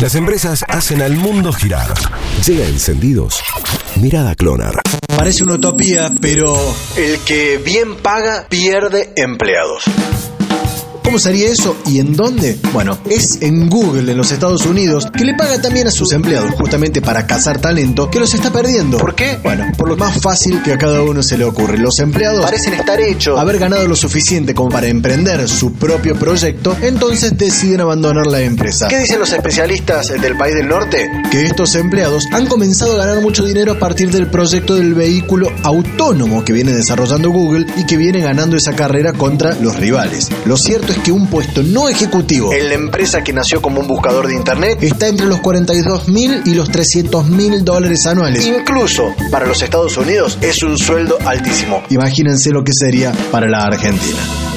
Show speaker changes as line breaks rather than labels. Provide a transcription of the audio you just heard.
Las empresas hacen al mundo girar. Llega encendidos. Mirada Clonar.
Parece una utopía, pero el que bien paga pierde empleados. ¿Cómo sería eso y en dónde? Bueno, es en Google en los Estados Unidos que le paga también a sus empleados justamente para cazar talento que los está perdiendo. ¿Por qué? Bueno, por lo más fácil que a cada uno se le ocurre. Los empleados parecen estar hechos, haber ganado lo suficiente como para emprender su propio proyecto, entonces deciden abandonar la empresa. ¿Qué dicen los especialistas del país del norte? Que estos empleados han comenzado a ganar mucho dinero a partir del proyecto del vehículo autónomo que viene desarrollando Google y que viene ganando esa carrera contra los rivales. Lo cierto es que un puesto no ejecutivo en la empresa que nació como un buscador de internet está entre los 42 mil y los 300 mil dólares anuales. Incluso para los Estados Unidos es un sueldo altísimo. Imagínense lo que sería para la Argentina.